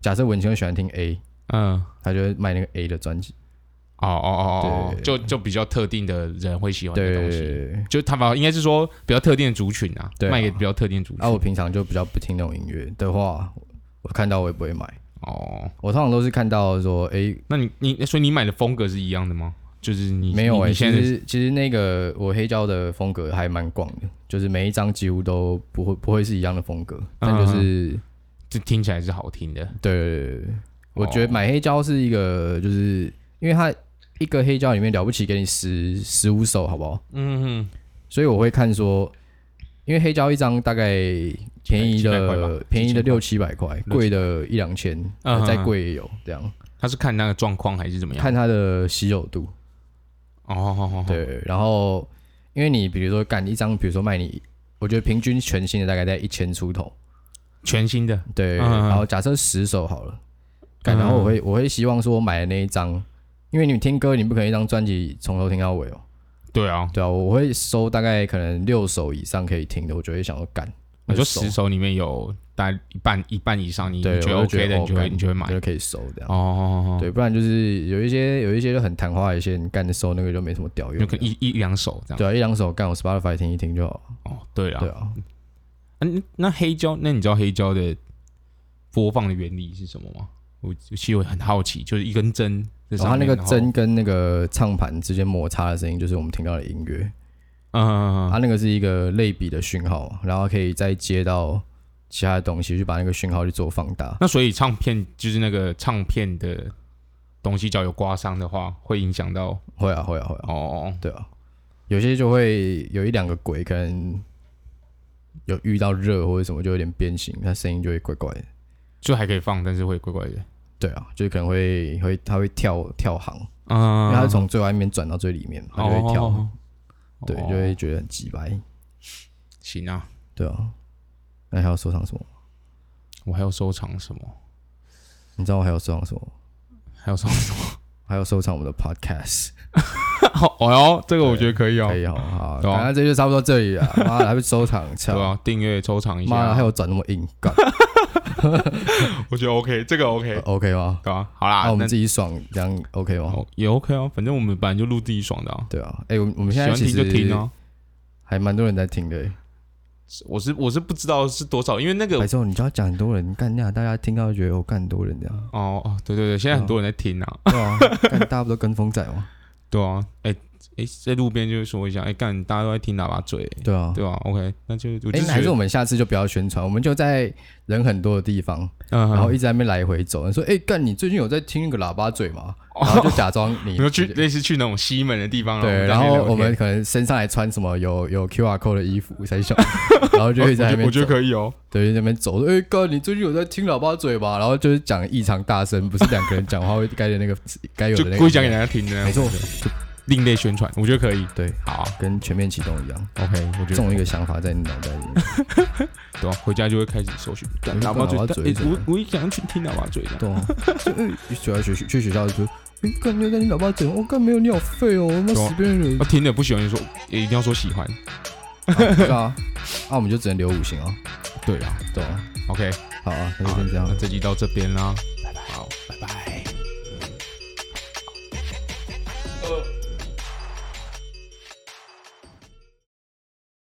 Speaker 2: 假设文青会喜欢听 A，
Speaker 1: 嗯，
Speaker 2: 他就会卖那个 A 的专辑。
Speaker 1: 哦哦哦哦哦，
Speaker 2: 对
Speaker 1: 就就比较特定的人会喜欢的东西。
Speaker 2: 对，
Speaker 1: 就他吧，应该是说比较特定的族群啊，
Speaker 2: 对啊
Speaker 1: 卖给比较特定的族群。
Speaker 2: 啊，我平常就比较不听那种音乐的话，我看到我也不会买，
Speaker 1: 哦，
Speaker 2: 我通常都是看到说，哎、
Speaker 1: 那你你所以你买的风格是一样的吗？就是你
Speaker 2: 没有
Speaker 1: 你
Speaker 2: 哎、
Speaker 1: 你
Speaker 2: 其
Speaker 1: 现在
Speaker 2: 实其实那个我黑胶的风格还蛮广的，就是每一张几乎都不会不会是一样的风格，
Speaker 1: 啊
Speaker 2: 但就是。
Speaker 1: 这听起来是好听的
Speaker 2: 对对，对对我
Speaker 1: 哦
Speaker 2: 觉得买黑胶是一个，就是因为它一个黑胶里面了不起给你十十五首，好不好？
Speaker 1: 嗯
Speaker 2: 所以我会看说，因为黑胶一张大概便宜
Speaker 1: 几百块吧
Speaker 2: 的便宜
Speaker 1: 几千块
Speaker 2: 的六七百块，贵的一两千，
Speaker 1: 嗯
Speaker 2: 呃再
Speaker 1: 嗯
Speaker 2: 贵也有这样，
Speaker 1: 哼，他是看那个状况还是怎么样？
Speaker 2: 看它的稀有度。
Speaker 1: 哦，好好好，哦，
Speaker 2: 对，然后因为你比如说干一张，比如说卖你，我觉得平均全新的大概在一千出头，
Speaker 1: 全新的，
Speaker 2: 对，
Speaker 1: 嗯嗯嗯
Speaker 2: 然后假设十首好了，干
Speaker 1: 嗯
Speaker 2: 然后我会我会希望说我买的那一张，因为你听歌你不可能一张专辑从头听到尾哦，
Speaker 1: 对啊，
Speaker 2: 对啊，我会收大概可能六首以上可以听的，我就会想要干，
Speaker 1: 你说
Speaker 2: 收
Speaker 1: 十首里面有大概一半一半以上，你
Speaker 2: 对，
Speaker 1: 你觉得
Speaker 2: 我就
Speaker 1: OK 的，
Speaker 2: 哦
Speaker 1: 你就会
Speaker 2: 干
Speaker 1: 你就会买
Speaker 2: 我就可以收这样，
Speaker 1: 哦哦，哦哦
Speaker 2: 对，不然就是有一些有一些就很昙花一现，你干的收那个就没什么屌用
Speaker 1: 就
Speaker 2: 的，
Speaker 1: 可能一一两首这样。
Speaker 2: 对啊，一两首干我 Spotify 听一听就好，
Speaker 1: 哦，对了
Speaker 2: 对，啊，
Speaker 1: 嗯，那黑胶，那你知道黑胶的播放的原理是什么吗？我其实我很好奇，就是一根针在
Speaker 2: 然
Speaker 1: 上
Speaker 2: 后它哦那
Speaker 1: 面，
Speaker 2: 个
Speaker 1: 然后，
Speaker 2: 针跟那个唱盘之间摩擦的声音，就是我们听到的音乐。
Speaker 1: 嗯嗯嗯嗯
Speaker 2: 它那个是一个类比的讯号，然后可以再接到其他的东西，就把那个讯号去做放大。
Speaker 1: 那所以唱片就是那个唱片的东西，只要有刮伤的话，会影响到
Speaker 2: 会啊，会啊，会啊，
Speaker 1: 哦，
Speaker 2: 对啊，有些就会有一两个鬼，可能有遇到热或者什么，就有点变形，它声音就会怪怪的。
Speaker 1: 就还可以放，但是会怪怪的。
Speaker 2: 对啊，就可能会会它会跳跳行，因
Speaker 1: 嗯，
Speaker 2: 为它是从最外面转到最里面嘛，它就会跳，
Speaker 1: 哦
Speaker 2: 对，
Speaker 1: 哦
Speaker 2: 就会觉得很鸡掰。
Speaker 1: 行啊。
Speaker 2: 对啊，那还有收藏什么？
Speaker 1: 我还要收藏什么？
Speaker 2: 你知道我还有收藏什么吗？
Speaker 1: 还有收藏什么？
Speaker 2: 还有收藏我们的 podcast，
Speaker 1: 哦哟，这个我觉得可以哦
Speaker 2: 可，以好好，
Speaker 1: 对啊
Speaker 2: 反正这就差不多这里 了。妈的，还不收藏，
Speaker 1: 对
Speaker 2: 操！
Speaker 1: 吧？订阅收藏一
Speaker 2: 妈的，还
Speaker 1: 下，
Speaker 2: 有转那么 硬，干
Speaker 1: 我觉得 OK，这个 OK，
Speaker 2: OK 吗？
Speaker 1: 对吧？好
Speaker 2: 那
Speaker 1: 啦啊
Speaker 2: 我，们
Speaker 1: 那
Speaker 2: 自己爽，这样 OK 吗？
Speaker 1: 哦也 OK 啊，反正我们本来就录自己爽的啊，
Speaker 2: 对啊，哎，我们我们
Speaker 1: 喜
Speaker 2: 现在
Speaker 1: 欢
Speaker 2: 其
Speaker 1: 听就听
Speaker 2: 实
Speaker 1: 哦。
Speaker 2: 还蛮多人在听的，哎
Speaker 1: 我是我是不知道是多少，因为那个
Speaker 2: 白之后你就要讲很多人干那样，大家听到就觉得我干很多人 这样，
Speaker 1: 哦哦，对对对，现在很多人在听啊，
Speaker 2: 对啊，干大家不都跟风仔吗？
Speaker 1: 对啊，哎哎，在路边就是说一下，哎干，大家都在听喇叭嘴，
Speaker 2: 对啊。
Speaker 1: 对吧？OK，那就我就
Speaker 2: 哎，那还
Speaker 1: 觉
Speaker 2: 是我
Speaker 1: 得，
Speaker 2: 们下次就不要宣传，我们就在人很多的地方，
Speaker 1: 嗯，
Speaker 2: 然后
Speaker 1: 嗯
Speaker 2: 一直在那边来回走。你说，哎、干，你最近有在听那个喇叭嘴吗？然后就假装你
Speaker 1: 哦 你说去类似去那种西门的地方，啊
Speaker 2: 对，然
Speaker 1: 在那边
Speaker 2: 后
Speaker 1: 聊
Speaker 2: 我们
Speaker 1: 天
Speaker 2: 可能身上还穿什么有有 QR code 的衣服才小， 然后就会在那边
Speaker 1: 我觉得
Speaker 2: 走，
Speaker 1: 可以哦，
Speaker 2: 对，在那边走，哎、哥，你最近有在听喇叭嘴吧？然后就是讲异常大声，不是两个人讲话会该的那 个该有
Speaker 1: 就
Speaker 2: 的那个，
Speaker 1: 故意讲给大家听的，
Speaker 2: 没错，
Speaker 1: 另类宣传，我觉得可以。
Speaker 2: 对，
Speaker 1: 好啊
Speaker 2: 跟全面启动一样，
Speaker 1: ，OK，我觉得
Speaker 2: 种一个想法在你脑袋里面，
Speaker 1: 对啊，回家就会开始搜寻干
Speaker 2: 对
Speaker 1: 喇叭
Speaker 2: 干喇叭
Speaker 1: 嘴，
Speaker 2: 嘴
Speaker 1: 但哎，我我也想要去听喇叭嘴的。
Speaker 2: 懂吗？就哎主要学去学校就说，哎、哥，你有在听喇叭嘴吗？我、干没有，你好废哦，我
Speaker 1: 懂
Speaker 2: 他妈
Speaker 1: 啊
Speaker 2: 随便人
Speaker 1: 啊，，听了不喜欢就说，也一定要说喜欢。
Speaker 2: 对啊，那我们就只能留五星啊，
Speaker 1: 对啊
Speaker 2: 懂吗？
Speaker 1: ，OK，
Speaker 2: 好啊，那就
Speaker 1: 好
Speaker 2: 先这样
Speaker 1: 那。这集到这边啦，拜拜，好，拜拜。